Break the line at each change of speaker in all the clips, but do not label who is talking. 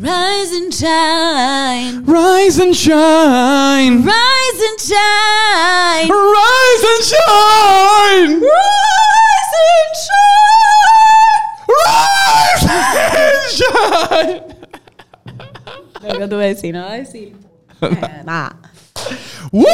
Rise and shine.
Rise and shine.
Rise and shine.
Rise and shine.
Rise and shine.
Rise and shine.
Lo que tu vecino va a decir. Eh, Nada.
¡Woo!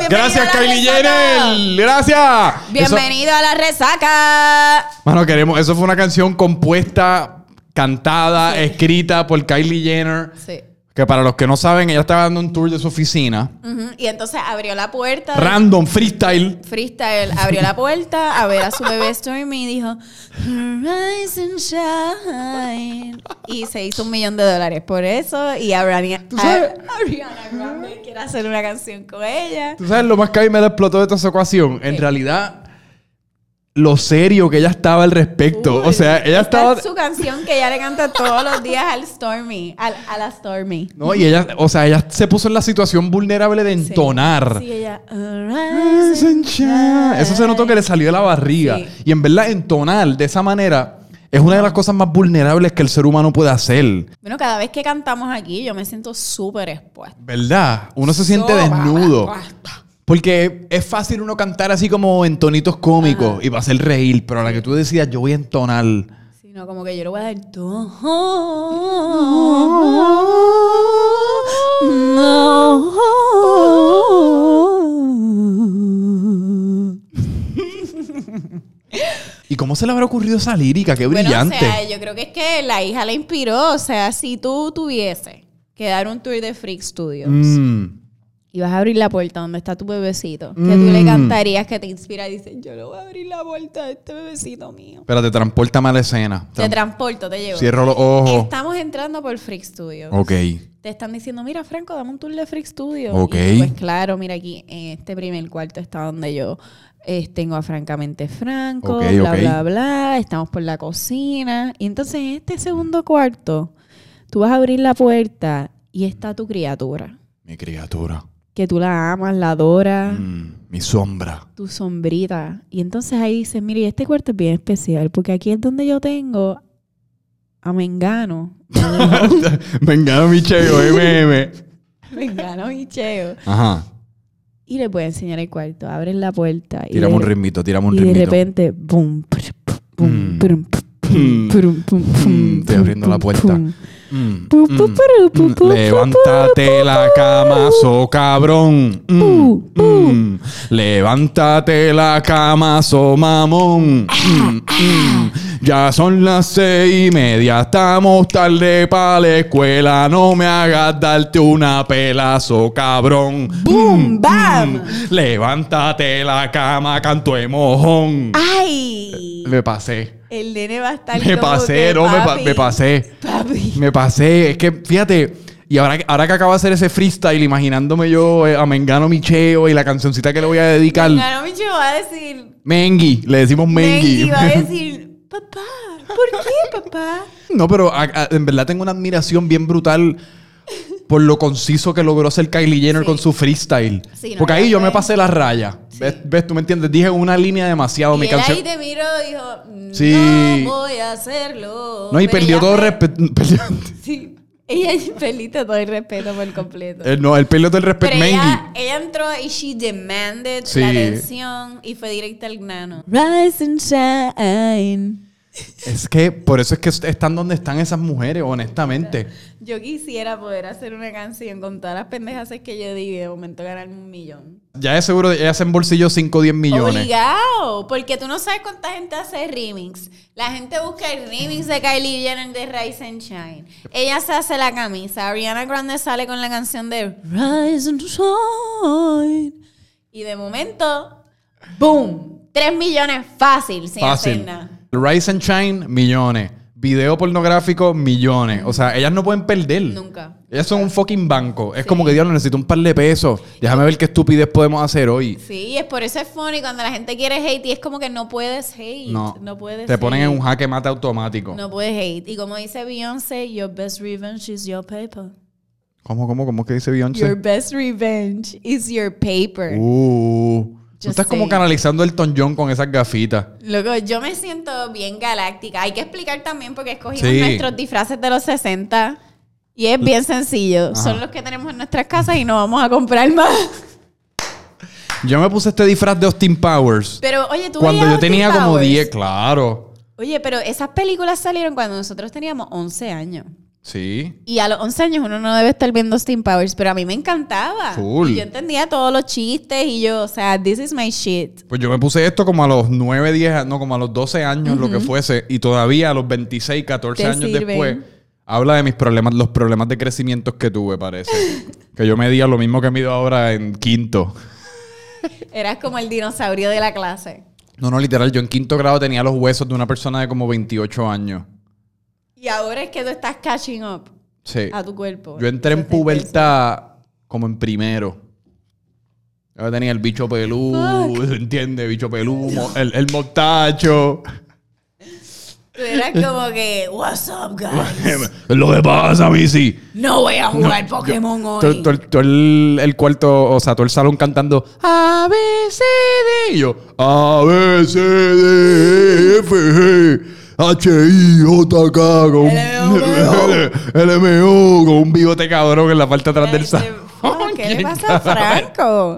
Bienvenido a
Gracias,
la
Kylie
resaca.
Jenner. Gracias. Eso-
Bienvenido a la resaca.
mano, queremos. Eso fue una canción compuesta, cantada, escrita por Kylie Jenner.
Sí.
Que para los que no saben, ella estaba dando un tour de su oficina.
Ujú, Y entonces abrió la puerta. del
Random, freestyle.
Freestyle abrió la puerta a ver a su bebé Stormy y dijo Rise and shine. Y se hizo un millón de dólares por eso. Y a Ariana,
¿Tú sabes?
a- a Ariana Grande quiere hacer una canción con ella.
Tú sabes lo más que a mí me explotó de toda esa ocasión. En realidad, lo serio que ella estaba al respecto. o sea, ella
Esta
estaba.
es su canción que ella le canta todos los días al Stormy, al, a la Stormy.
No, y ella, o sea, ella se puso en la situación vulnerable de
Sí.
entonar.
Sí, ella.
Rise and shine. Eso se notó que le salió de la barriga.
Sí.
Y en verdad, entonar de esa manera es una de las cosas más vulnerables que el ser humano puede hacer.
Bueno, cada vez que cantamos aquí, yo me siento súper expuesta.
¿Verdad? Uno se siente
Soba,
desnudo.
ba, ba.
Porque es fácil uno cantar así como en tonitos cómicos y va a hacer reír, pero a la que tú decidas, yo voy a entonar.
Sino como que yo le voy a dar todo. No.
¿Y cómo se le habrá ocurrido esa lírica? ¡Qué brillante!
Bueno, o sea, yo creo que es que la hija la inspiró. O sea, si tú tuviese que dar un tour de Freak Studios
Mm.
y vas a abrir la puerta donde está tu bebecito, que tú le cantarías que te inspira y dices, yo le voy a abrir la puerta a este bebecito mío.
Espérate, transporta mala escena.
Te
Tran-
transporto, te llevo.
Cierro los ojos.
Estamos entrando por Freak Studios.
Ok.
Te están diciendo, mira, Franco, dame un tour de Freak Studio.
Ok.
Y tú, pues claro, mira aquí, en este primer cuarto está donde yo eh, tengo a Francamente Franco,
Ok,
bla,
ok.
bla, bla. Estamos por la cocina. Y entonces en este segundo cuarto, tú vas a abrir la puerta y está tu criatura.
Mi criatura.
Que tú la amas, la adoras,
Mm, mi sombra.
tu sombrita. Y entonces ahí dices, mira, y este cuarto es bien especial porque aquí es donde yo tengo a Mengano.
Venga, mi cheo, MM.
Mengano y Cheo.
Ajá.
Y le puede enseñar el cuarto. Abres la puerta. Y
Tiramos
de-
un ritmito, tiramos un
Y de
ritmito.
repente, boom, pr- pr- boom,
Mm.
prum, pr-
Mm,
prum, pum, pum,
estoy abriendo
pum,
la puerta.
pum.
mm,
Pu, pu,
mm,
puru, pu,
mm.
pu,
Levántate la cama, so cabrón. Mm,
Pu, pu.
mm. Levántate la cama, so mamón. Mm, mm. Ya son las seis y media, estamos tarde para la escuela. No me hagas darte una pela, so cabrón. Mm.
¡Bum, bam!
Levántate la cama, canto de mojón.
¡Ay!
Me pasé.
El nene va a estar
Me
como
pasé,
que,
no, me, pa-
"Papi,
me pasé.
Papi.
Me pasé. Es que, fíjate, y ahora, que- ahora que acabo de hacer ese freestyle, imaginándome yo eh, a Mengano Micheo y la cancioncita que le voy a dedicar.
Mengano Micho va a decir...
Mengi, le decimos Mengi.
Mengi va a decir... Papá, ¿por qué, papá?
no, pero a- a- en verdad tengo una admiración bien brutal por lo conciso que logró ser Kylie Jenner con su freestyle.
Sí, no,
Porque ahí
ya
yo
sé.
me pasé la raya. ¿Ves, ves? ¿Tú me entiendes? Dije una línea demasiado.
y
mi
él
canción.
ahí te miró y dijo...
Sí.
No voy a hacerlo.
No, y
Pero
perdió
ella
todo
fue-
respeto.
Sí. Ella perdió todo el respeto por completo.
eh, No, él perdió todo el respeto.
Pero
Mengi.
ella, ella entró y she demanded
Sí.
la atención y fue directa al grano. Rise and shine.
Es que por eso es que están donde están esas mujeres, honestamente.
Yo quisiera poder hacer una canción con todas las pendejas que yo di y de momento ganarme un millón.
Ya de seguro ellas se embolsilló 5 o 10 millones.
Obligado, porque tú no sabes cuánta gente hace remix. La gente busca el remix de Kylie Jenner de Rise and Shine. Ella se hace la camisa. Ariana Grande sale con la canción de Rise and Shine. Y de momento, ¡boom! 3 millones fácil, sin hacer
Fácil.
nada.
Rise and Shine, millones. Video pornográfico, millones. O sea, ellas no pueden perder.
Nunca.
Ellas son un fucking banco. Es como que, diablo, necesito un par de pesos. Déjame ver qué estupidez podemos hacer hoy.
Sí, es por eso es funny cuando la gente quiere hate y es como que no puedes hate.
No.
No, puedes
Te ponen en
hate.
un jaque mate automático.
No puedes hate. Y como dice Beyoncé, your best revenge is your paper.
¿Cómo, cómo, cómo que dice
Your
Beyoncé?
best revenge is your paper.
Uh, Tú estás como canalizando el John con esas gafitas.
Loco, yo me siento bien galáctica. Hay que explicar también porque escogimos
Sí.
nuestros disfraces de los 60 y es bien sencillo. Son los que tenemos en nuestras casas y no vamos a comprar más.
Yo me puse este disfraz de Austin Powers.
Pero oye, tú
Cuando
veías
yo tenía
Austin
como
Powers?
10, claro.
Oye, pero esas películas salieron cuando nosotros teníamos 11 años.
Sí.
Y a los 11 años uno no debe estar viendo Steam Powers, pero a mí me encantaba.
Full.
Y yo entendía todos los chistes y yo, o sea, this is my shit.
Pues yo me puse esto como a los 9, 10, a- no, como a los 12 años, lo que fuese. Y todavía a los 26, 14
Te
años
sirven.
después, habla de mis problemas, los problemas de crecimiento que tuve, parece. que yo medía lo mismo que mido ahora en quinto.
Eras como el dinosaurio de la clase.
No, no, literal, yo en quinto grado tenía los huesos de una persona de como 28 años.
Y ahora es que tú estás catching up
Sí.
a tu cuerpo.
Yo entré en
Eso está intenso.
pubertad como en primero. Yo tenía el bicho peludo, ¿entiendes? Bicho peludo, mo- el, el mostacho.
Tú eras como que, what's up, guys?
Lo que pasa, Missy.
No voy a jugar Pokémon hoy.
Todo el, el cuarto, o sea, todo el salón cantando A, B, C, D. Y yo, A, B, C, D, E, F, G, H, I, J, K, con
LMO.
L, M, O, con un bigote cabrón en la parte de atrás del
Este,
salón.
fuck, ¿Qué le
¿Quién
pasa a
carajo es-
Franco?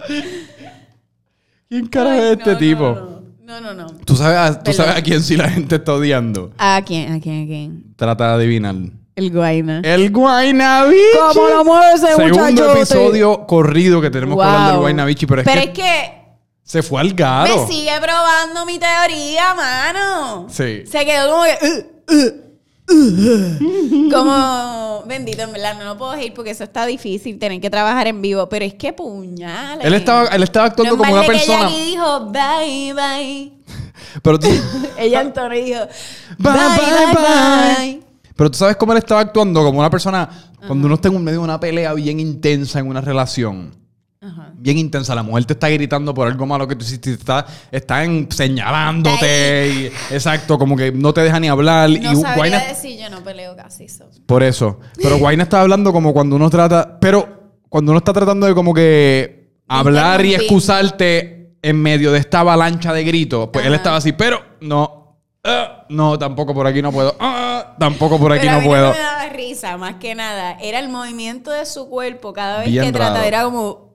¿Quién carajo
Ay,
es este
no,
tipo?
No, no, no. no.
¿Tú sabes, a, tú
Perdón.
sabes a quién si la gente está odiando?
¿A quién? ¿A quién? ¿A quién?
Trata de adivinar.
El Guayna.
El Guaynabichi.
¿Cómo lo mueve ese
Eh, Segundo
muchachote?
episodio corrido que tenemos que hablar del Guaynabichi, pero es que
que
se fue al garo.
Me sigue probando mi teoría, mano.
Sí.
Se quedó como que. "Uh, uh, uh". como. Bendito, en verdad, no lo puedo ir porque eso está difícil, tener que trabajar en vivo. Pero es que puñal.
Él estaba, él estaba actuando como una persona.
Ella dijo, bye, bye.
Pero tú,
Ella en tono dijo,
Bye,
bye,
bye,
bye, bye.
bye. pero tú sabes cómo él estaba actuando como una persona cuando uno está en medio de una pelea bien intensa en una relación.
Ajá.
Bien intensa, la mujer te está gritando por algo malo que tú hiciste, está, está en- señalándote, y- exacto, como que no te deja ni hablar. y
No
un-
sabría
Guayna-
decir, yo no peleo casi eso.
Por eso. Pero Guayna está hablando como cuando uno trata. Pero cuando uno está tratando de como que hablar y
Interrumpir.
excusarte en medio de esta avalancha de gritos, pues él
Ajá.
estaba así, pero no. ah, no, tampoco por aquí no puedo. ah, tampoco por aquí
Pero a
no
mí lo que
puedo.
me daba risa, más que nada, era el movimiento de su cuerpo cada vez
Bien
que trataba.
raro.
Era como,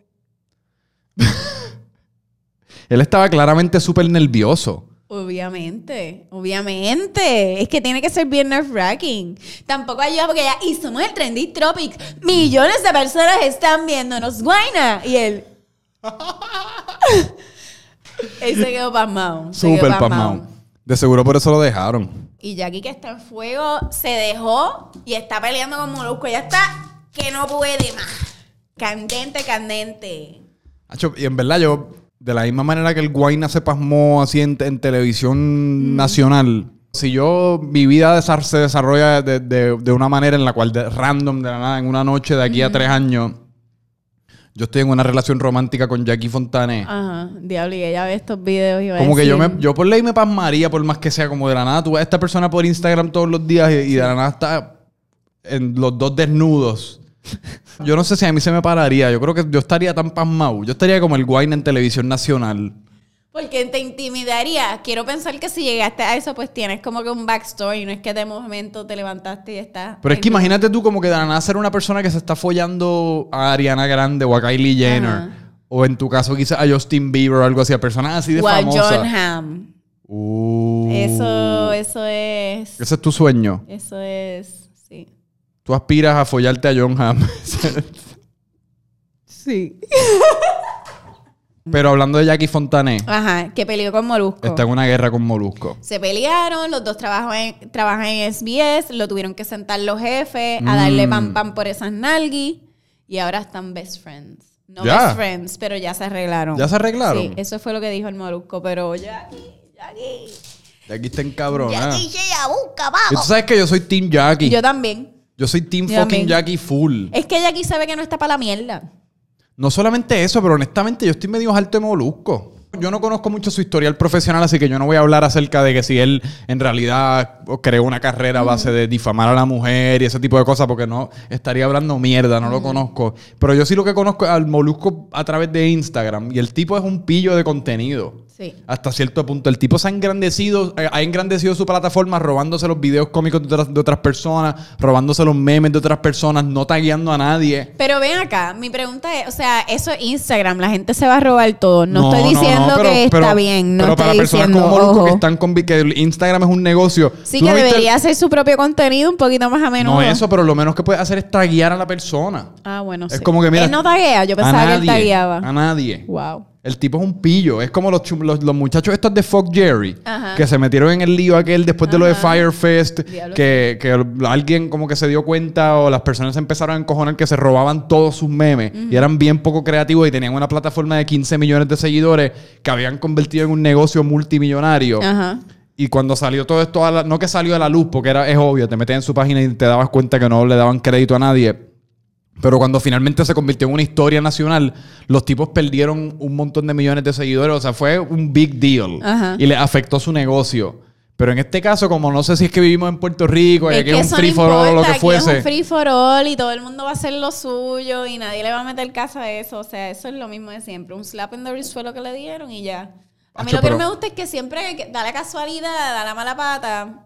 Él estaba claramente súper nervioso.
obviamente, obviamente. Es que tiene que ser bien nerve-wracking. Tampoco ayuda porque ya hicimos el Trendy Tropic. Millones de personas están viéndonos, guayna. Y él... él se quedó pasmado. se quedó
Súper pasmado. De seguro por eso lo dejaron.
Y Jackie que está en fuego se dejó y está peleando con Molusco. Ya está que no puede más. Candente, candente.
Acho, y en verdad yo, de la misma manera que el Guayna se pasmó así en, en televisión nacional, si yo mi vida desa- se desarrolla de, de- de una manera en la cual de, random, de la nada, en una noche de aquí a tres años, yo estoy en una relación romántica con Jackie Fontané.
Ajá, diablo, y ella ve estos videos y va
Como
a
que yo,
decir,
me, yo por ley me pasmaría, por más que sea, como de la nada, tú ves a esta persona por Instagram todos los días y, y de la nada está en los dos desnudos. Yo no sé si a mí se me pararía. Yo creo que yo estaría tan pasmado. Yo estaría como el Guayna en televisión nacional.
Porque te intimidaría. Quiero pensar que si llegaste a eso, pues tienes como que un backstory. No es que de momento te levantaste y estás...
Pero es que imagínate tú como que de la nada ser una persona que se está follando a Ariana Grande o a Kylie Jenner.
Ajá.
O en tu caso quizás a Justin Bieber o algo así. A personas así de
O a John
famosas.
Hamm.
Uh,
Eso, eso es...
Ese es tu sueño.
Eso es... Sí.
Tú aspiras a follarte a John Hamm.
Sí. Mm.
Pero hablando de Jackie Fontané,
Ajá, que peleó con Molusco.
está en una guerra con Molusco.
Se pelearon, los dos trabajan en, trabajan en SBS, lo tuvieron que sentar los jefes a darle
Mm.
pam pam por esas nalgui y ahora están best friends. No
Ya.
best friends, pero ya se arreglaron.
¿Ya se arreglaron?
Sí, eso fue lo que dijo el molusco, pero Jackie, Jackie,
Jackie está encabronada.
Jackie, ya busca,
Y tú
vamos.
sabes que yo soy Team Jackie. Yo,
Yo también.
soy Team
Yo
fucking
también. Eh.
Jackie full.
Es que Jackie sabe que no está para la mierda.
No solamente eso, pero honestamente yo estoy medio alto de Molusco. Yo no conozco mucho su historial profesional, así que yo no voy a hablar acerca de que si él en realidad creó una carrera a
Mm.
base de difamar a la mujer y ese tipo de cosas, porque no estaría hablando mierda, no lo
Mm.
conozco. Pero yo sí lo que conozco es al Molusco a través de Instagram y el tipo es un pillo de contenido.
Sí.
Hasta cierto punto. El tipo se ha engrandecido, eh, ha engrandecido su plataforma robándose los videos cómicos de otras, de otras personas, robándose los memes de otras personas, no tagueando a nadie.
Pero ven acá, mi pregunta es, o sea, eso es Instagram, la gente se va a robar todo. No, estoy diciendo
no, pero-
que está
pero-
bien, no
pero
estoy
para personas
diciendo,
como Molusco que
ojo.
están convi- que el Instagram es un negocio.
Sí
¿Tú
que
no viste el-
debería hacer su propio contenido un poquito más a menudo.
No eso, pero lo menos que puedes hacer es taguear a la persona.
Ah, bueno,
es
sí.
como que mira.
Él no taguea, yo
a
pensaba que él
nadie,
tagueaba.
A nadie.
Wow.
El tipo es un pillo. Es como los, chum- los, los muchachos estos de Fuck Jerry,
Ajá.
que se metieron en el lío aquel después de lo de Firefest,
Diablo.
que, que alguien como que se dio cuenta o las personas se empezaron a encojonar que se robaban todos sus memes y eran bien poco creativos y tenían una plataforma de 15 millones de seguidores que habían convertido en un negocio multimillonario.
Ajá.
Y cuando salió todo esto, a la- no que salió a la luz, porque era, es obvio, te metías en su página y te dabas cuenta que no le daban crédito a nadie. Pero cuando finalmente se convirtió en una historia nacional, los tipos perdieron un montón de millones de seguidores. O sea, fue un big deal.
Ajá.
Y le afectó su negocio. Pero en este caso, como no sé si es que vivimos en Puerto Rico y
Es
aquí
que
Pues, es
eso
un
no
free for all o lo
importa,
que
aquí Es
fuese.
un free for all y todo el mundo va a hacer lo suyo y nadie le va a meter caso a eso. O sea, eso es lo mismo de siempre. Un slap en the wrist fue lo que le dieron y ya. A mí
Acho,
lo que no
pero-
me gusta es que siempre que- da la casualidad, da la mala pata,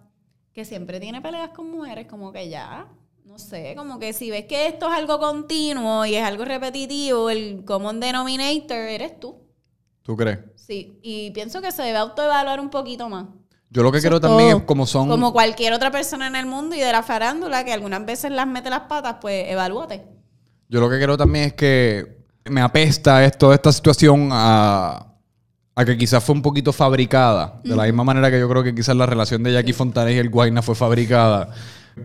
que siempre tiene peleas con mujeres, como que ya. No sé, como que si ves que esto es algo continuo y es algo repetitivo, el common denominator eres tú.
¿Tú crees?
Sí, y pienso que se debe autoevaluar un poquito más.
Yo lo que
Eso
quiero
es
también
todo.
es como son...
Como cualquier otra persona en el mundo y de la farándula que algunas veces las mete las patas, pues evalúate.
Yo lo que quiero también es que me apesta esto, toda esta situación a, a que quizás fue un poquito fabricada. De la misma manera que yo creo que quizás la relación de Jackie Fontanes y el Guayna fue fabricada.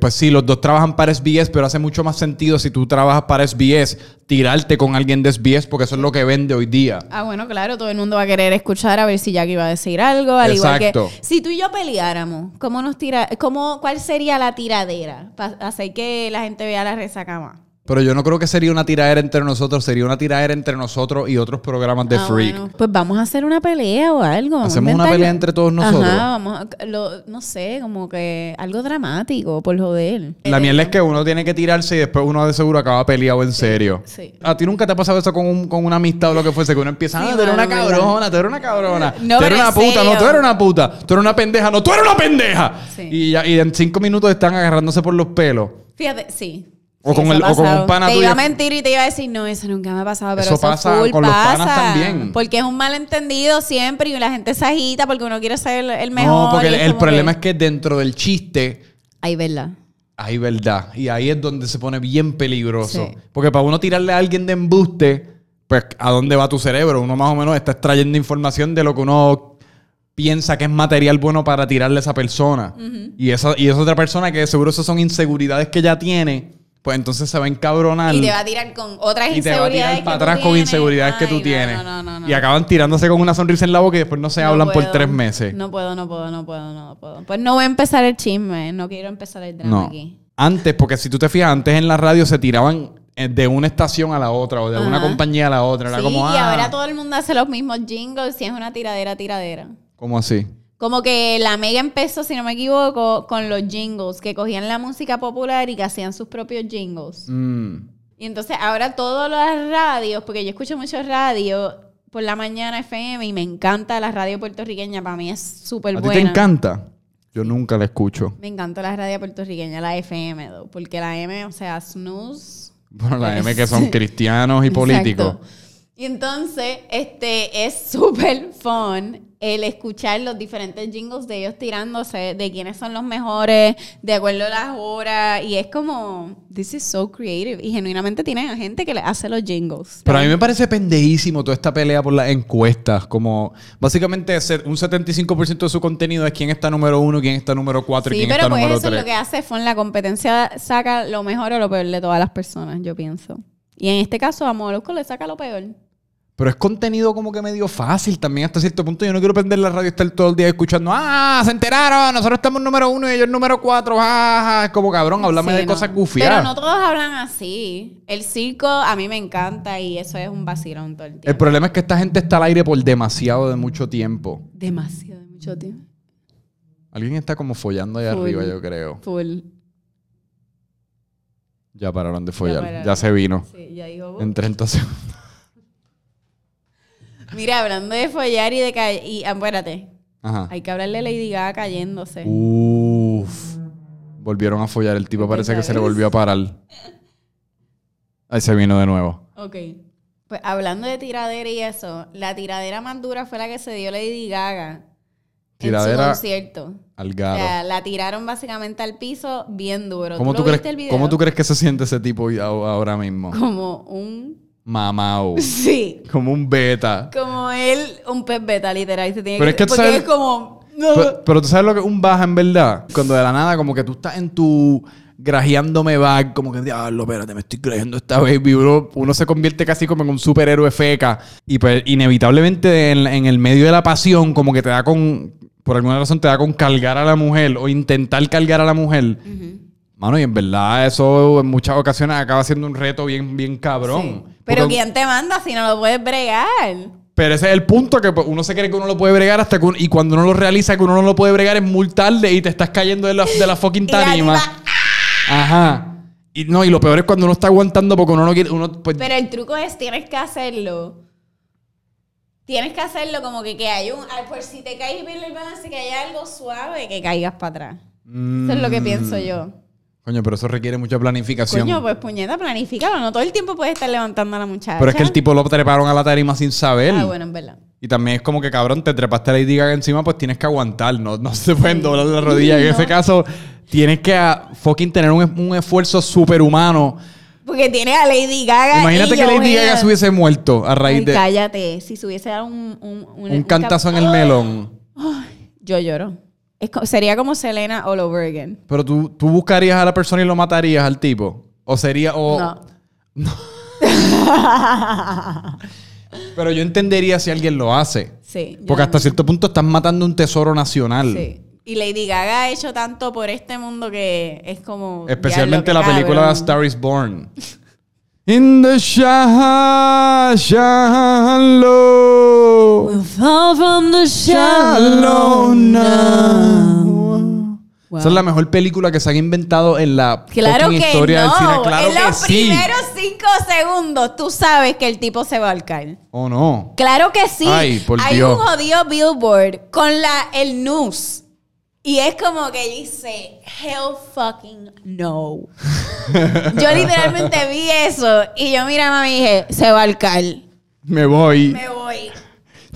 Pues sí, los dos trabajan para SBS, pero hace mucho más sentido si tú trabajas para SBS, tirarte con alguien de SBS, porque eso es lo que vende hoy día.
Ah, bueno, claro, todo el mundo va a querer escuchar a ver si Jackie va a decir algo, al
Exacto.
igual que si tú y yo peleáramos, ¿cómo nos tira, cómo, cuál sería la tiradera para hacer que la gente vea la resaca más?
Pero yo no creo que sería una tiradera entre nosotros, sería una tiradera entre nosotros y otros programas de
Ah,
Freak.
bueno. Pues vamos a hacer una pelea o algo. vamos a
Hacemos una
inventarlo.
pelea entre todos nosotros.
Ajá, vamos a- lo- no sé, como que algo dramático, por joder.
La mierda es que uno tiene que tirarse y después uno de seguro acaba peleado en serio.
Eh, sí.
¿A ti nunca te ha pasado eso con, un- con una amistad o lo que fuese? Que uno empieza,
Sí,
ah, tú eres una
mano, ¿verdad?
cabrona, tú eres una cabrona.
No,
tú
pero
eres una
en
puta, no,
serio.
tú eres una puta. Tú eres una pendeja, no, tú eres una pendeja.
Sí.
Y, ya- y en cinco minutos están agarrándose por los pelos.
Fíjate, sí.
O
Sí,
con
eso
el-
ha
o con un
pasado.
pana
Te
tuyo.
iba a mentir y te iba a decir, no, eso nunca me ha pasado, pero
Eso
eso,
pasa
full
con los panas
pasa.
también.
Porque es un malentendido siempre y la gente se agita porque uno quiere ser el- el mejor.
no, porque
y
el,
es
el
como
problema
que...
es que dentro del chiste
Ay, verdad.
hay verdad. Y ahí es donde se pone bien peligroso.
Sí.
Porque para uno tirarle a alguien de embuste, pues ¿a dónde va tu cerebro? Uno más o menos está extrayendo información de lo que uno piensa que es material bueno para tirarle a esa persona. y, esa, y esa otra persona que seguro esas son inseguridades que ya tiene, pues entonces se va a encabronar.
Y te va a tirar con otras
Ah, y te va a
inseguridades.
tirar para
que tú
atrás con
tienes.
inseguridades que
Ay,
tú
no,
tienes.
No, no, no, no.
Y acaban tirándose con una sonrisa en la boca y después no se
No
hablan por
puedo.
tres meses.
No puedo, no puedo, no puedo, no puedo. Pues no voy a empezar el chisme, no quiero empezar el drama
No.
aquí.
Antes, porque si tú te fijas, antes en la radio se tiraban eh, de una estación a la otra o de una
Ajá.
compañía a la otra. Era
sí,
como,
y
ah,
ahora todo el mundo hace los mismos jingles y es una tiradera, tiradera.
¿Cómo así?
Como que la Mega empezó, si no me equivoco, con los jingles, que cogían la música popular y que hacían sus propios jingles.
Mm.
Y entonces ahora todas las radios, porque yo escucho mucho radio por la mañana FM y me encanta la radio puertorriqueña, para mí es súper
¿A ti
buena.
te encanta? Yo nunca la escucho.
Me encanta la radio puertorriqueña, la FM, though, porque la M, o sea, snooze.
Bueno, la M
Pues,
que son cristianos y políticos.
Exacto. Y entonces, este, es súper fun el escuchar los diferentes jingles de ellos tirándose, de quiénes son los mejores, de acuerdo a las horas, y es como, this is so creative, y genuinamente tienen a gente que le hace los jingles.
Pero a mí me parece pendejísimo toda esta pelea por las encuestas. Como básicamente se- un 75% de su contenido es quién está número uno, quién está número cuatro y
Sí,
quién
pero
está
pues
número
eso es lo
tres.
que hace fun, la competencia saca lo mejor o lo peor de todas las personas, yo pienso. Y en este caso a Molusco le saca lo peor.
Pero es contenido como que medio fácil también hasta cierto punto. Yo no quiero prender la radio y estar todo el día escuchando, ah, se enteraron, nosotros estamos número uno y ellos número cuatro, ah, ah". es como cabrón, háblame
Sí,
de
no.
cosas ah. gufiadas.
Pero no todos hablan así. El circo a mí me encanta y eso es un vacilón todo el tiempo.
El problema es que esta gente está al aire por demasiado de mucho tiempo.
Demasiado, mucho tiempo.
Alguien está como follando allá
Full.
arriba, yo creo.
Full.
Ya pararon de follar, ya,
pararon.
se vino.
Sí, ya uh. dijo.
En 30 segundos.
Mira, hablando de follar y de caer. Y ah, acuérdate,
Ajá.
hay que hablarle a Lady Gaga cayéndose.
Uh. Uf. Volvieron a follar. El tipo parece que se le volvió a parar. Ahí se vino de nuevo.
Ok. Pues hablando de tiradera y eso, la tiradera más dura fue la que se dio Lady Gaga. En su
Tiradera
concierto.
al
O
garo.
sea, la tiraron básicamente al piso bien duro.
¿Cómo,
¿Tú,
tú
lo
crees,
viste el video?
¿Cómo tú crees que se siente ese tipo y- a- ahora mismo?
Como un...
Mamao.
Sí.
Como un beta.
Como él, un pez beta, literal. y Se tiene
Pero
que...
es que tú
porque
sabes-
es como... No.
Pero, pero tú sabes lo que es un baja en verdad. Cuando de la nada, como que tú estás en tu grajeándome back, como que diablo, espérate, me estoy creyendo esta baby. Uno, uno se convierte casi como en un superhéroe feca. Y pues, inevitablemente, en, en el medio de la pasión, como que te da con. Por alguna razón, te da con cargar a la mujer o intentar cargar a la mujer. Mano, y en verdad, eso en muchas ocasiones acaba siendo un reto bien, bien cabrón.
Sí. Pero
Porque-
¿quién te manda si no lo puedes bregar?
pero ese es el punto que pues, uno se cree que uno lo puede bregar hasta que un- y cuando uno lo realiza que uno no lo puede bregar es muy tarde y te estás cayendo de la, de la fucking
Y la
tarima.
tipa-
Ajá. Y no, y lo peor es cuando uno está aguantando porque uno no quiere. Uno, pues,
Pero el truco es, tienes que hacerlo. Tienes que hacerlo como que, que hay un... ay, Por si te caes bien el balance, que haya algo suave que caigas para atrás.
mm,
Eso es lo que pienso yo.
Coño, pero eso requiere mucha planificación.
Coño, pues puñeta, planifícalo. No todo el tiempo puedes estar levantando a la muchacha.
pero es que el tipo lo treparon a la tarima sin saber.
Ah, bueno, es verdad.
Y también es como que, cabrón, te trepaste a Lady Gaga encima, pues tienes que aguantar. No, no se pueden doblar las rodillas. En
No.
ese caso, tienes que ah, fucking tener un, un esfuerzo superhumano.
Porque tiene a Lady Gaga.
Imagínate
y
que
Joe
Lady Gaga
Biden.
se hubiese muerto a raíz
Ay,
de.
Cállate, si se hubiese dado un, un, un-
un
un
cantazo en
cap-
el melón.
Yo lloro. Es co- sería como Selena all over again.
Pero tú, tú buscarías a la persona y lo matarías al tipo. O sería. O...
No.
Pero yo entendería si alguien lo hace.
Sí. yo
Porque hasta
también.
cierto punto estás matando un tesoro nacional.
Sí. Y Lady Gaga ha hecho tanto por este mundo que es como.
Especialmente
diablo,
la
qué
película
cabrón.
Star is Born. In the sha- shallow.
Fall from the
Shallow
shallow
now.
Wow.
Esa es la mejor película que se han inventado en la
Claro
fucking
que
historia
no.
del cine. Claro
en
que
los
sí.
primeros cinco segundos tú sabes que el tipo se va al caer.
¿O no?
Claro que sí.
Ay, por
Hay
Dios.
un jodido billboard con la, el news. Y es como que dice, hell fucking no. yo literalmente vi eso y yo mira mami y dije, se va al cal.
Me voy.
Me voy.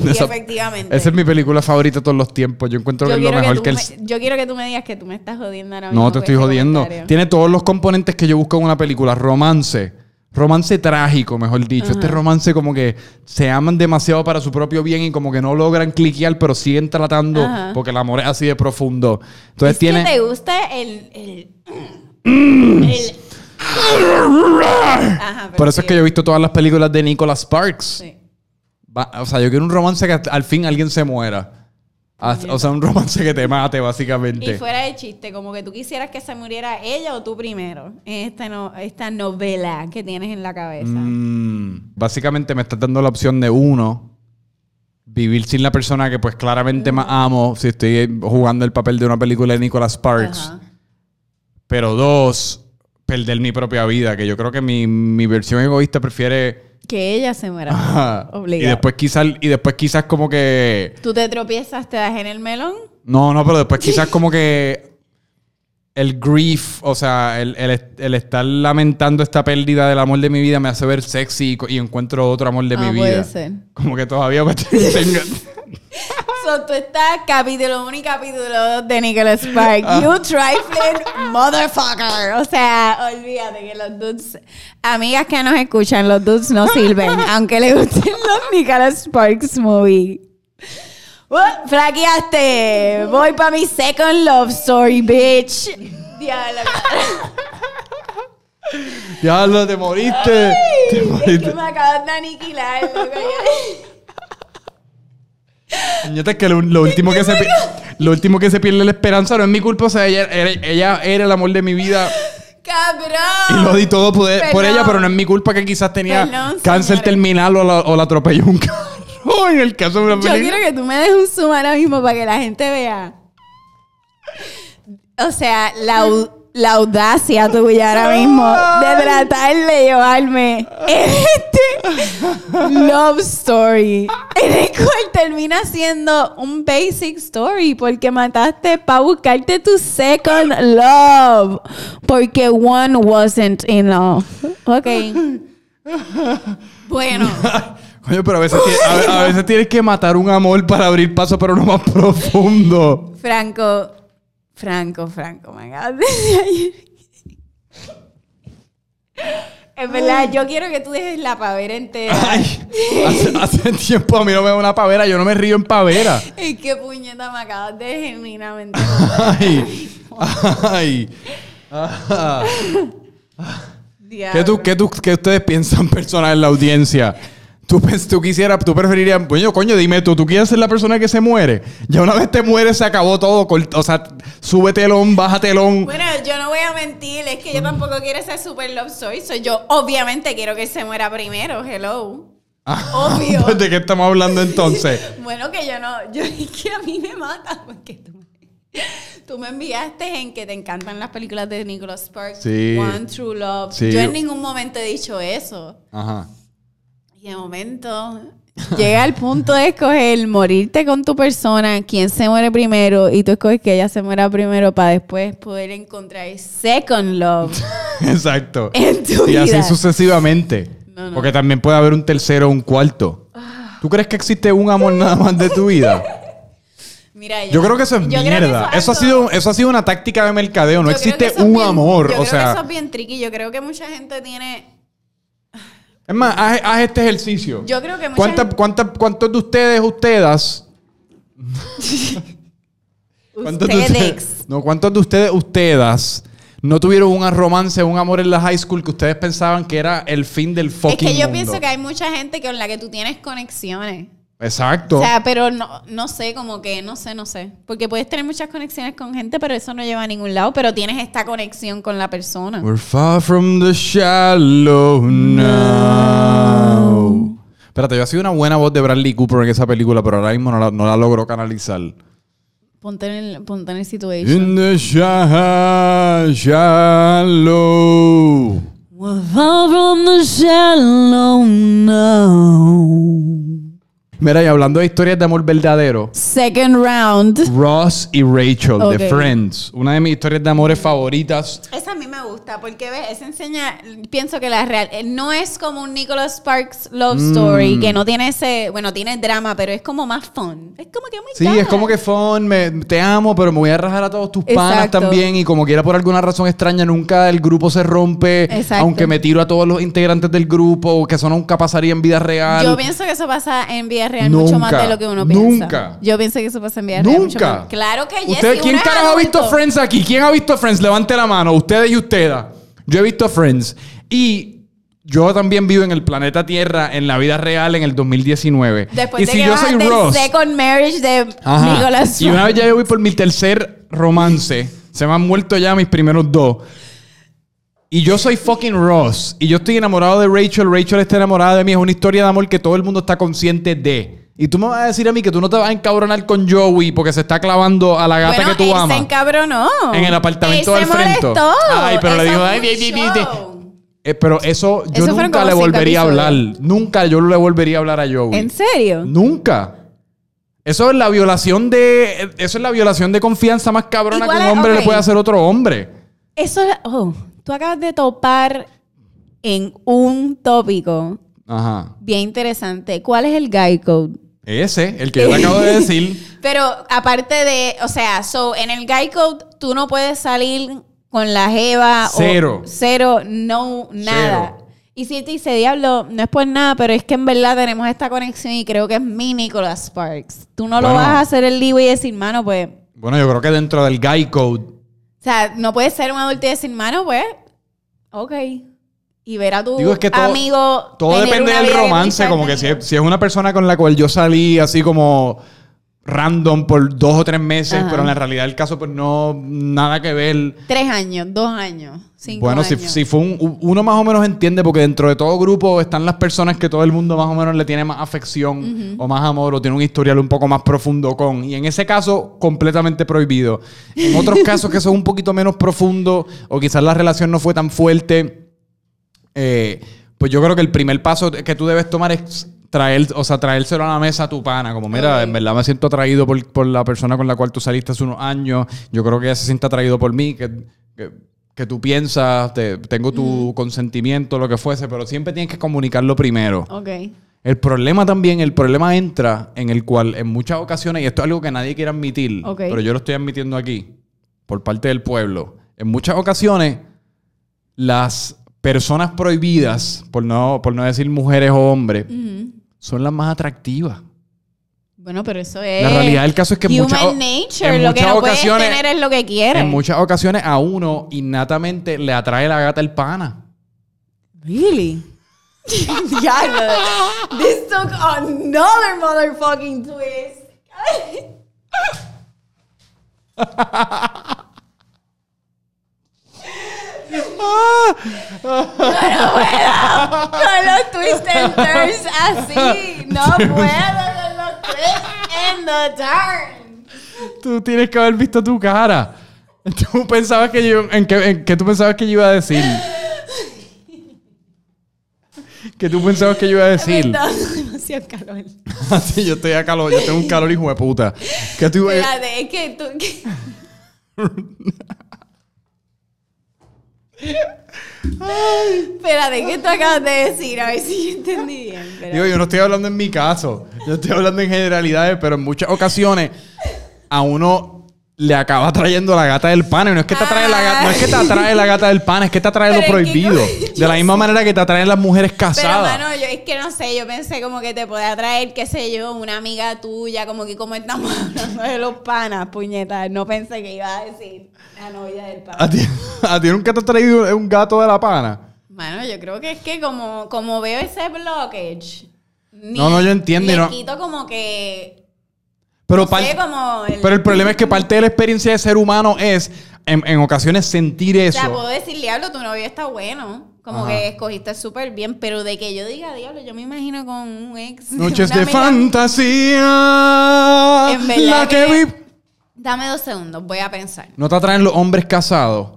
Y
Esa-
efectivamente.
Esa es mi película favorita de todos los tiempos. Yo encuentro
yo,
que es lo
quiero que
mejor
tú
que el...
me, yo quiero que tú me digas que tú me estás jodiendo ahora mismo.
No, te
con
estoy
este
jodiendo.
comentario.
Tiene todos los componentes que yo busco en una película. Romance. Romance trágico, mejor dicho. Este romance como que se aman demasiado para su propio bien y como que no logran cliquear, pero siguen tratando
Ajá.
porque el amor es así de profundo. Entonces
Es
tiene...
que te gusta el... el, el- Ajá,
Mm. Por eso es que yo he visto todas las películas de Nicola Sparks.
sí.
Va- o sea, yo quiero un romance que al fin alguien se muera. Haz- O sea, un romance que te mate, básicamente.
Y fuera de chiste, como que tú quisieras que se muriera ella o tú primero en esta, no- esta novela que tienes en la cabeza.
Mm, básicamente me estás dando la opción de uno, vivir sin la persona que pues claramente más amo, si estoy jugando el papel de una película de Nicolas Sparks,
Ajá.
pero dos, perder mi propia vida, que yo creo que mi, mi versión egoísta prefiere...
Que ella se muera.
Ajá. y
Obligado.
después quizás y después quizás como que
Tú te tropiezas, te das en el melón.
no no pero después quizás como que el grief o sea el, el est- el estar lamentando esta pérdida del amor de mi vida me hace ver sexy y, co- y encuentro otro amor de
Ah,
mi vida
puede ser.
como que todavía pues, tengo-
So, tú estás capítulo 1 y capítulo 2 de Nicholas Sparks.
Ah.
You trifling motherfucker. O sea, olvídate que los dudes... Amigas que nos escuchan, los dudes no sirven. aunque les gusten los Nicholas Sparks movie. Uh, flaqueaste. Voy para mi second love story, bitch. Diablo.
ya lo te moriste
Es que me acabas de aniquilar, loco.
Puñeta, es que lo, lo último que se pi- lo último que se pierde es la esperanza no es mi culpa, o sea, ella era, ella era el amor de mi vida y
¡Cabrón!
lo di todo por, e-, por
Perdón.
ella, pero no es mi culpa que quizás tenía
Perdón,
cáncer
señores.
terminal o la, o la atropelló un carro en el caso de una
Yo
película.
quiero que tú me des un zoom ahora mismo para que la gente vea. O sea, la, au- la audacia tuya ahora mismo de tratar de llevarme en este love story. En el cual termina siendo un basic story porque mataste para buscarte tu second love. Porque one wasn't in love. Ok. Bueno.
Coño, pero a veces, tie- a, a veces tienes que matar un amor para abrir paso para uno más profundo.
Franco, Franco, Franco, me acabas de decir ayer. Es verdad, yo quiero que tú dejes la pavera entera.
Ay, hace, hace tiempo a mí no me da una pavera, yo no me río en pavera.
Es que puñeta me acabas de genuinamente.
Ay, ay. Ah. ¿Qué, tú, qué tú- qué ustedes piensan personas en la audiencia? Tú, pens- tú quisieras, tú preferirías, coño, coño, dime tú, ¿tú quieres ser la persona que se muere? Ya una vez te mueres, se acabó todo. cort- O sea, sube telón, baja telón.
Bueno, yo no voy a mentir, es que yo tampoco quiero ser super love soy. soy yo obviamente quiero que se muera primero, hello.
Ah,
obvio.
pues, ¿De qué estamos hablando entonces?
Bueno, que yo no, yo es que a mí me mata porque tú me, tú me enviaste en que te encantan las películas de Nicholas Sparks,
Sí.
One True Love.
Sí.
Yo en ningún momento he dicho eso.
Ajá.
Y de momento llega el punto de escoger morirte con tu persona, quién se muere primero y tú escoges que ella se muera primero para después poder encontrar el second love
Exacto.
en tu
Y
vida.
así sucesivamente.
No, Ah. no.
Porque también puede haber un tercero o un cuarto. ¿Tú crees que existe un amor nada más de tu vida?
Mira,
Yo creo que eso es
yo creo que
mierda.
es
Eso ha
algo-
sido, eso ha sido una táctica de mercadeo. No
Yo creo que
existe
eso es
un
bien-
amor.
yo creo
O
que eso
sea,
es bien tricky. Yo creo que mucha gente tiene
es más, haz, haz este ejercicio.
Yo creo que mucha
¿Cuánta-
gente-
cuánta- ¿Cuántos de ustedes, ustedes? ¿Cuántos de
ustedes.
ustedes? No, ¿cuántos de ustedes, ustedes? No tuvieron un romance, un amor en la high school que ustedes pensaban que era el fin del
Es
fucking
que yo
mundo?
pienso que hay mucha gente con la que tú tienes conexiones.
Exacto.
O sea, pero no, no sé, como que, no sé, no sé. Porque puedes tener muchas conexiones con gente, pero eso no lleva a ningún lado. Pero tienes esta conexión con la persona.
We're far from the shallow now. Espérate, yo sido una buena voz de Bradley Cooper en esa película, pero ahora mismo no la, no la logro canalizar.
Ponte en el, ponte en el situation.
In the sha- shallow. Mira, y hablando de historias de amor verdadero,
Second round.
Ross y Rachel de
Ok.
Friends, una de mis historias de amores favoritas.
Esa a mí me gusta, porque ves, esa enseña, pienso que la real, eh, no es como un Nicholas Sparks love
Mm.
story, que no tiene ese, bueno, tiene drama, pero es como más fun. Es como que, oh my
Sí,
God.
es como que fun, me- te amo, pero me voy a rajar a todos tus panas
Exacto.
también. Y como quiera, por alguna razón extraña, nunca el grupo se rompe.
Exacto.
Aunque me tiro a todos los integrantes del grupo, que eso nunca pasaría en vida real.
Yo pienso que eso pasa en vida real mucho más
Nunca,
de lo que uno piensa.
Nunca.
Yo pienso que eso pasa en vida real mucho
Nunca.
más. Claro que yes,
¿Ustedes,
si
¿Quién
uno es
carajo ha visto
adulto.
Friends aquí? ¿Quién ha visto Friends? Levante la mano, ustedes y ustedes. Yo he visto Friends. Y yo también vivo en el planeta Tierra, en la vida real, en el 2019.
Después
y
de
si
que
yo
bajas
soy
del
Ross.
second marriage de
Ajá.
Nicolas
Y una vez ya yo voy por mi tercer romance. Se me han muerto ya mis primeros dos. Y yo soy fucking Ross. Y yo estoy enamorado de Rachel. Rachel está enamorada de mí. Es una historia de amor que todo el mundo está consciente de. Y tú me vas a decir a mí que tú no te vas a encabronar con Joey porque se está clavando a la gata
bueno,
que tú
él
amas.
se encabronó.
En el apartamento
Él
del
se
frente.
molestó.
Ay, pero le
Eso
digo,
fue
"Ay,
un
di, di, di, di".
show.
Eh, pero eso yo
Eso fueron
nunca
como
le
cinco
volvería a hablar.
episodios.
Nunca yo le volvería a hablar a Joey.
¿En serio?
Nunca. Eso es la violación de. Eso es la violación de confianza más cabrona que
Igual
un
es-
hombre
ok.
le puede hacer a otro hombre.
Eso es- oh, tú acabas de topar en un tópico
Ajá.
bien interesante. ¿Cuál es el guy code?
Ese, el que yo te acabo de decir.
Pero aparte de, o sea, so en el guy code tú no puedes salir con la jeva
Cero.
o cero, no nada.
Cero.
Y si te dice, diablo, no es por nada, pero es que en verdad tenemos esta conexión y creo que es mi Nicholas Sparks. Tú no
Bueno.
lo vas a hacer el libro y decir, mano, pues. O
Bueno, yo creo que dentro del guy code.
sea, no puedes ser un adulto y decir, mano, pues. Ok. y ver a tu
Digo, es que todo-
amigo.
Todo
tener
depende
una
del
vida
romance,
bien
como que si,
diferente.
si es una persona con la cual yo salí así como random por dos o tres meses,
Ajá.
pero en la realidad del caso pues no, nada que ver.
Tres años, dos años, cinco
bueno, si,
años.
si fue un- u- uno más o menos entiende, porque dentro de todo grupo están las personas que todo el mundo más o menos le tiene más afección o más amor o tiene un historial un poco más profundo con. Y en ese caso, completamente prohibido. En otros casos que son un poquito menos profundos o quizás la relación no fue tan fuerte, eh, pues yo creo que el primer paso que tú debes tomar es traer, o sea, traérselo a la mesa a tu pana, como mira,
Ok.
en verdad me siento atraído por, por la persona con la cual tú saliste hace unos años, yo creo que ella se siente atraído por mí, que, que, que tú piensas, te- tengo tu consentimiento, lo que fuese, pero siempre tienes que comunicarlo primero.
Ok.
El problema también, el problema entra en el cual en muchas ocasiones, y esto es algo que nadie quiere admitir,
Ok.
pero yo lo estoy admitiendo aquí, por parte del pueblo. En muchas ocasiones, las personas prohibidas, por no, por no decir mujeres o hombres,
Ujú.
son las más atractivas.
Bueno, pero eso es.
La realidad del caso es que en
Eh, Human
muchas o-
nature.
en
lo que
muchas
no puedes
ocasiones-
tener es lo que quieres.
En muchas ocasiones a uno innatamente le atrae la gata el pana.
Really? Diablo. This took another motherfucking twist. no, no puedo con los twists and turns así. No puedo con los twists and the turns.
Tú tienes que haber visto tu cara. Tú pensabas que yo. ¿En qué, en qué tú pensabas que yo iba a decir? ¿Qué tú pensabas que yo iba a
Me
decir?
está dando demasiado calor.
Así yo estoy a calor, yo tengo un calor hijo de puta. ¿Qué tú, eh,
Espérate, es que tú... que- Espérate, ¿qué tú acabas de decir? A ver si yo entendí bien. espérate.
digo, yo no estoy hablando en mi caso. Yo estoy hablando en generalidades, pero en muchas ocasiones a uno le acaba trayendo la gata del pana. Y no es que te atrae la gata, no es que te atrae la gata del pana, es que te atrae lo
Pero es que
prohibido.
como-
De la misma manera que te atraen las mujeres
Pero,
casadas.
mano, yo es que no sé, yo pensé como que te podía traer, qué sé yo, una amiga tuya, como que como estamos hablando de los panas, puñetas. No pensé que ibas a decir la novia del pana.
¿A Ah, ti, a ti nunca te ha traído un gato de la pana?
Mano, yo creo que es que como, como veo ese blockage. ni-
No, no, yo entiendo y
Le
no-
quito como que.
Pero,
no sé,
parte-
como el-
pero el problema es que parte de la experiencia de ser humano es, en, en ocasiones, sentir
O sea,
eso.
puedo decir, diablo, tu novio está bueno. Como
Ajá.
que escogiste súper bien, pero de que yo diga, diablo, yo me imagino con un ex.
Noches
una
de
amiga-
fantasía.
En verdad
La que
que-
vi.
Dame dos segundos, voy a pensar.
¿No te atraen los hombres casados?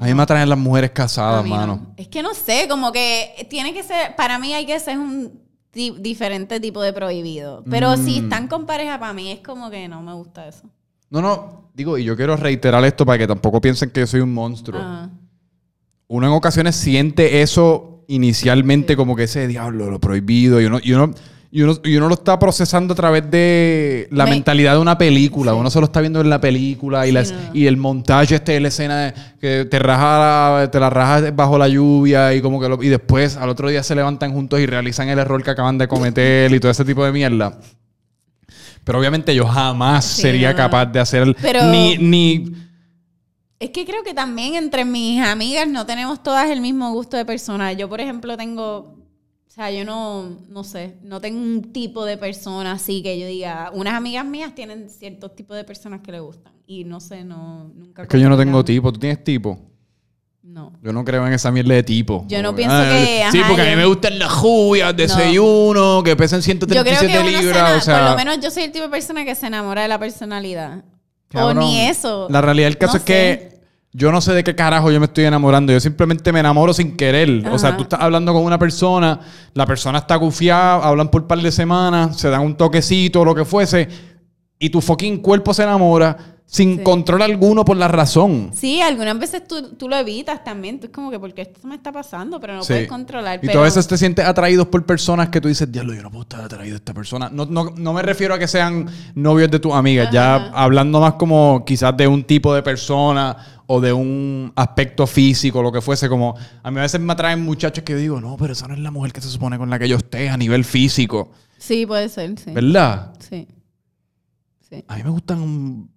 A mí me atraen las mujeres
A
casadas,
mí no.
mano.
Es que no sé, como que tiene que ser, para mí hay que ser un di- diferente tipo de prohibido. Pero
Mm.
si están con pareja, para mí es como que no me gusta eso.
No, no. Digo, y yo quiero reiterar esto para que tampoco piensen que yo soy un monstruo.
Ajá.
uno en ocasiones siente eso inicialmente como que ese diablo, lo prohibido, y uno, y uno, y uno, y uno lo está procesando a través de la
Me-
mentalidad de una película. Uno se lo está viendo en la película y, la es-
no, no.
y el montaje este de la escena de que te raja la- te la rajas bajo la lluvia y como que lo- y después al otro día se levantan juntos y realizan el error que acaban de cometer y todo ese tipo de mierda. Pero obviamente yo jamás
Sí,
sería
no, no.
capaz de hacer
Pero-
ni, ni
Es que creo que también entre mis amigas no tenemos todas el mismo gusto de persona. Yo, por ejemplo, tengo. O sea, yo no, no sé, no tengo un tipo de persona así que yo diga. Unas amigas mías tienen ciertos tipos de personas que le gustan. Y no sé, no, nunca.
es que yo no tengo
combinamos.
tipo, tú tienes tipo.
No.
Yo no creo en esa mierda de tipo.
Yo
Como
no pienso que,
Sí,
ajá,
porque a
yo-
mí me gustan las lluvias, desayuno, que pesan
Yo creo
137
que uno se
libras.
ena-
O sea,
por lo menos yo soy el tipo de persona que se enamora de la personalidad.
cabrón.
o ni eso.
La realidad del caso
No
es que yo no sé de qué carajo yo me estoy enamorando. Yo simplemente me enamoro sin querer. O sea,
Ajá.
tú estás hablando con una persona, la persona está gufiada, hablan por un par de semanas, se dan un toquecito, lo que fuese, y tu fucking cuerpo se enamora sin
Sí.
control alguno por la razón.
Sí, algunas veces tú, tú lo evitas también. Tú es como que, porque esto me está pasando? Pero no
Sí.
puedes controlar.
Y tú
pero-
a veces te sientes atraídos por personas que tú dices, diablo, yo no puedo estar atraído a esta persona. No, no, no me refiero a que sean novios de tus amigas, ya hablando más como quizás de un tipo de persona o de un aspecto físico, lo que fuese. Como a mí a veces me atraen muchachos que yo digo, no, pero esa no es la mujer que se supone con la que yo esté a nivel físico,
Sí, puede ser, sí.
¿verdad?
Sí. Sí.
A mí me gustan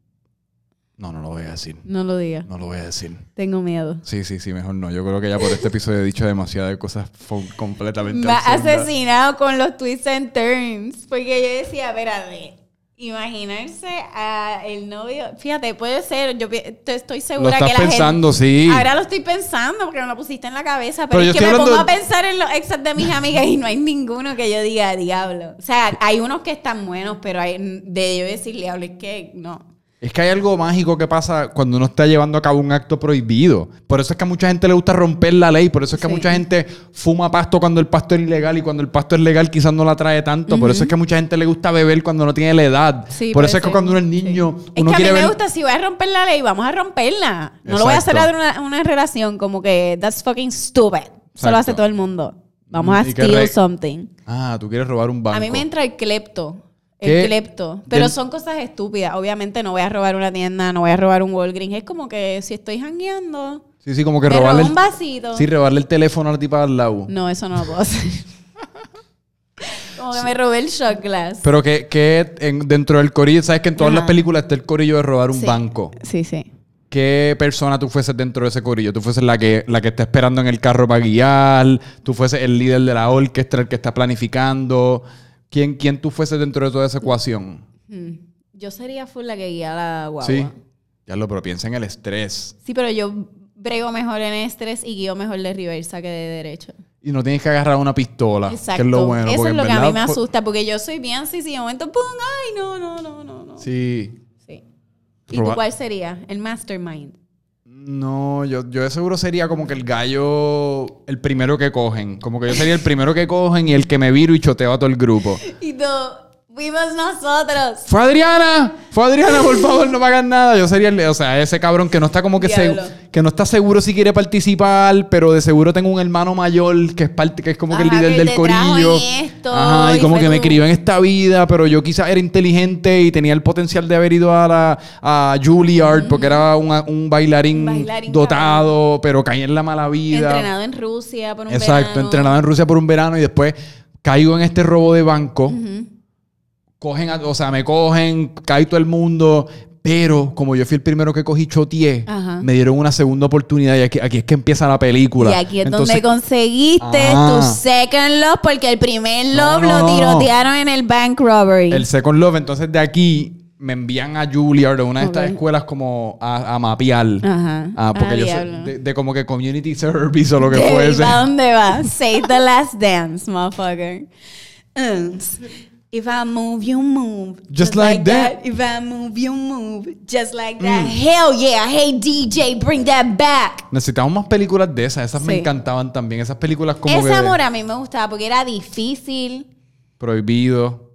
No, no lo voy a decir.
No lo diga.
No lo voy a decir.
Tengo miedo.
Sí, sí, sí, mejor no. Yo creo que ya por este episodio he dicho demasiadas cosas fo- completamente
Me ha
absurdas.
asesinado con los twists and turns. Porque yo decía, espérate, imaginarse a el novio. Fíjate, puede ser, yo pi- te- estoy
Lo
segura
estás
que la
pensando,
gente.
sí.
Ahora lo estoy pensando porque me lo pusiste en la cabeza. Pero,
Pero yo
es que
estoy
me pongo a
hablando-
pensar en los exes de mis amigas y no hay ninguno que yo diga, diablo. O sea, hay unos que están buenos, pero hay, de yo decirle, diablo, es que no.
Es que hay algo mágico que pasa cuando uno está llevando a cabo un acto prohibido. Por eso es que a mucha gente le gusta romper la ley. Por eso es que
Sí.
mucha gente fuma pasto cuando el pasto es ilegal y cuando el pasto es legal quizás no la trae tanto. Por eso es que a mucha gente le gusta beber cuando no tiene la edad.
Sí,
por
puede
eso es que
ser.
cuando uno es
Sí.
niño,
Es
uno
que a mí
quiere
me
ver...
gusta, si voy a romper la ley, vamos a romperla. No lo voy a hacer
Exacto.
a una, una relación como que that's fucking stupid. Eso lo hace
Exacto.
todo el mundo. Vamos a
Mm, y que
steal
re-
something.
Ah, tú quieres robar un banco.
A mí me entra el clepto. El
¿Qué?
clepto. Pero
Del-
son cosas estúpidas. Obviamente no voy a robar una tienda, no voy a robar un Walgreens. Es como que si estoy jangueando,
Sí, sí, como que
me robo
robarle...
un
el...
vasito.
Sí, robarle el teléfono a la tipa al lado.
No, eso no lo puedo hacer. como que me robé el shot glass.
Pero que, que en- dentro del corillo, sabes que en todas
Ajá.
las películas está el corillo de robar un
Sí.
banco.
Sí, sí.
¿Qué persona tú fueses dentro de ese corillo? ¿Tú fueses la que, la que está esperando en el carro para guiar? ¿Tú fueses el líder de la orquesta, el que está planificando? ¿Quién, quién tú fueses dentro de toda esa ecuación?
Hmm. Yo sería full la que guía la guagua.
Sí. Ya lo, pero piensa en el estrés.
Sí, pero yo brego mejor en estrés y guío mejor de reversa que de derecho.
Y no tienes que agarrar una pistola. Ah, Que
Exacto.
es lo bueno.
Eso
porque
es
en
lo que a mí me
verdad, po-
asusta, porque yo soy bien sí, sí, de momento, ¡pum! ¡Ay, no, no, no, no! no. Sí.
Sí.
¿Y tú
Roba-
cuál sería? El mastermind.
No, yo, yo de seguro sería como que el gallo, el primero que cogen. Como que yo sería el primero que cogen y el que me viro y choteo a todo el grupo.
Y tú, fuimos nosotros.
Fue Adriana, fue Adriana, por favor, no me hagan nada. Yo sería el, o sea, ese cabrón que no está como que se-
Diablo.
que no está seguro si quiere participar, pero de seguro tengo un hermano mayor que es parte, que es como que
Ajá,
el líder
que
del
te trajo
corillo.
en esto,
Ajá, y
y
como
fue
que me
tú.
crió en esta vida, pero yo quizás era inteligente y tenía el potencial de haber ido a la a Juilliard porque era una- un bailarín,
Un bailarín,
dotado, pero caí en la mala vida.
Entrenado en Rusia por un
Exacto,
verano.
entrenado en Rusia por un verano y después caigo en este robo de banco. Cogen, a- o sea, me cogen, cae todo el mundo. Pero como yo fui el primero que cogí chotié,
Ajá.
me dieron una segunda oportunidad y aquí, aquí es que empieza la película.
Y aquí es donde
Entonces,
conseguiste
Ah.
tu second love, porque el primer love
no,
lo
no, no.
tirotearon en el bank robbery.
El Second Love, entonces de aquí me envían a Juilliard, a una de estas
Ok.
escuelas como a, a mapear.
Ajá.
Ah, porque
Ah,
yo soy
diablo.
de, de como que community service o lo que
Baby,
fuese.
¿pa' dónde va? Say the last dance, motherfucker. Uns. If I move, you move.
Just like that. Mm.
If I move, you move. Just like that. Hell yeah. Hey, DJ, bring that back.
Necesitamos más películas de esas, esas me
Sí.
encantaban también, esas películas como
Ese
que-
amor a mí me gustaba porque era difícil.
prohibido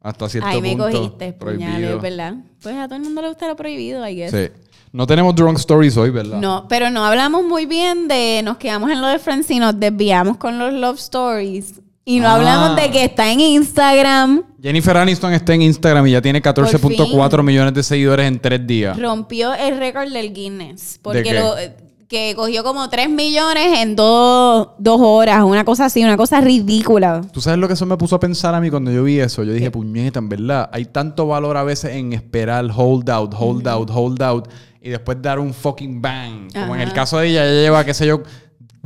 hasta cierto
Ahí me
punto.
cogiste, puñales,
prohibido.
¿verdad? Pues a todo el mundo le gusta lo prohibido, I guess.
Sí. No tenemos drunk stories hoy, ¿verdad?
No, pero no hablamos muy bien de. Nos quedamos en lo de Friends y nos desviamos con los love stories. Y no
Ah.
hablamos de que está en Instagram.
Jennifer Aniston está en Instagram y ya tiene 14.4 millones de seguidores en tres días.
Rompió el récord del Guinness. Porque
qué?
lo- eh, que cogió como 3 millones en dos, dos horas. Una cosa así, una cosa ridícula.
¿Tú sabes lo que eso me puso a pensar a mí cuando yo vi eso? Yo dije, puñeta, en verdad, hay tanto valor a veces en esperar hold out, hold out, hold out y después dar un fucking bang. Como en el
Ajá.
caso de ella, ella lleva, qué sé yo,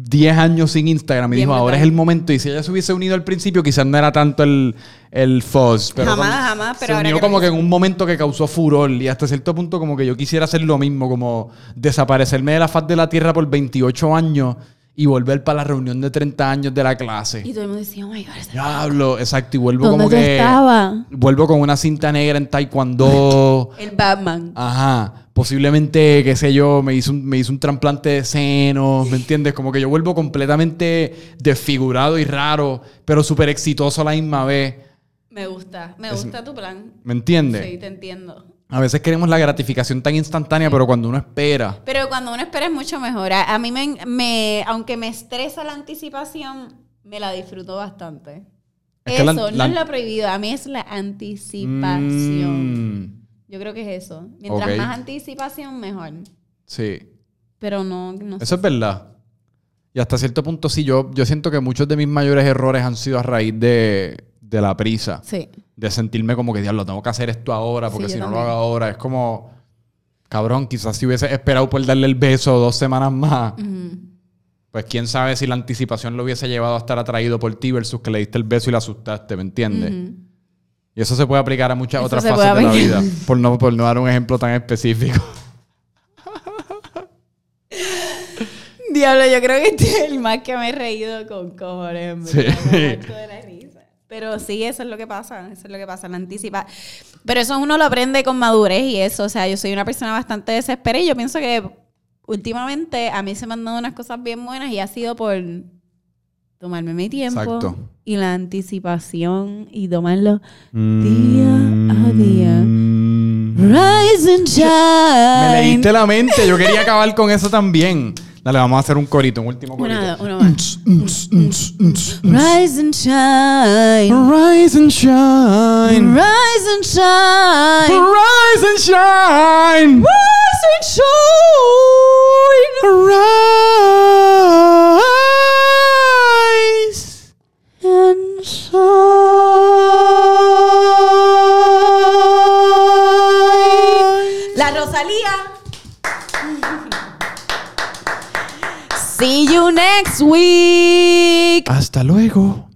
10 años sin Instagram y
Bien
dijo, ahora es
brutal.
el momento. Y si ella se hubiese unido al principio, quizás no era tanto el, el fuzz. Pero
Jamás,
cuando-
jamás, pero
se
ahora
unió
que
como
lo
que en un momento que causó furor y hasta cierto punto como que yo quisiera hacer lo mismo, como desaparecerme de la faz de la tierra por 28 años y volver para la reunión de 30 años de la clase.
Y todo el mundo decía, oh my God. esa-
Diablo, exacto. Y vuelvo
¿Dónde
como
yo
que.
estaba?
Vuelvo con una cinta negra en Taekwondo.
El Batman.
Ah. Ajá. Posiblemente, qué sé yo, me hizo un, me hizo un trasplante de senos, ¿me entiendes? Como que yo vuelvo completamente desfigurado y raro, pero súper exitoso a la misma vez.
Me gusta, me gusta tu plan.
¿Me entiendes?
Sí, te entiendo.
A veces queremos la gratificación tan instantánea, pero cuando uno espera.
Pero cuando uno espera es mucho mejor. A, a mí, me, me- aunque me estresa la anticipación, me la disfruto bastante.
Es que
eso,
la-
no
la-
es lo prohibido. A mí es la anticipación.
Mm,
Yo creo que es eso. Mientras
Ok.
más anticipación, mejor.
sí.
Pero no, no sé.
Eso es verdad. Y hasta cierto punto sí, yo, yo siento que muchos de mis mayores errores han sido a raíz de, de la prisa.
Sí.
De sentirme como que, diablo, tengo que hacer esto ahora, porque
Sí, yo
si no lo
también.
hago ahora, es como... Cabrón, quizás si hubiese esperado por darle el beso dos semanas más. Pues quién sabe si la anticipación lo hubiese llevado a estar atraído por ti versus que le diste el beso y la asustaste, ¿me entiendes? Y eso se puede aplicar a muchas
Eso
otras
se
fases de
puede
la vida.
aplicar.
Por no, por no dar un ejemplo tan específico.
Diablo, yo creo que este es el más que me he reído con cojones. en verdad,
Sí.
me mato de la risa. Pero sí, eso es lo que pasa, eso es lo que pasa, la anticipa. Pero eso uno lo aprende con madurez y eso, o sea, yo soy una persona bastante desesperada y yo pienso que últimamente a mí se me han dado unas cosas bien buenas y ha sido por tomarme mi tiempo
Exacto.
y la anticipación y tomarlo día a día. Rise and shine.
Me leíste Mm. la mente, yo quería acabar con eso también. Dale, vamos a hacer un corito, un último corito.
Una, una más.
Ns, ns, ns, ns.
Rise and shine.
Rise and shine.
Rise and shine.
Rise and shine.
Rise and shine.
Rise and shine.
La Rosalía. See you next week.
Hasta luego.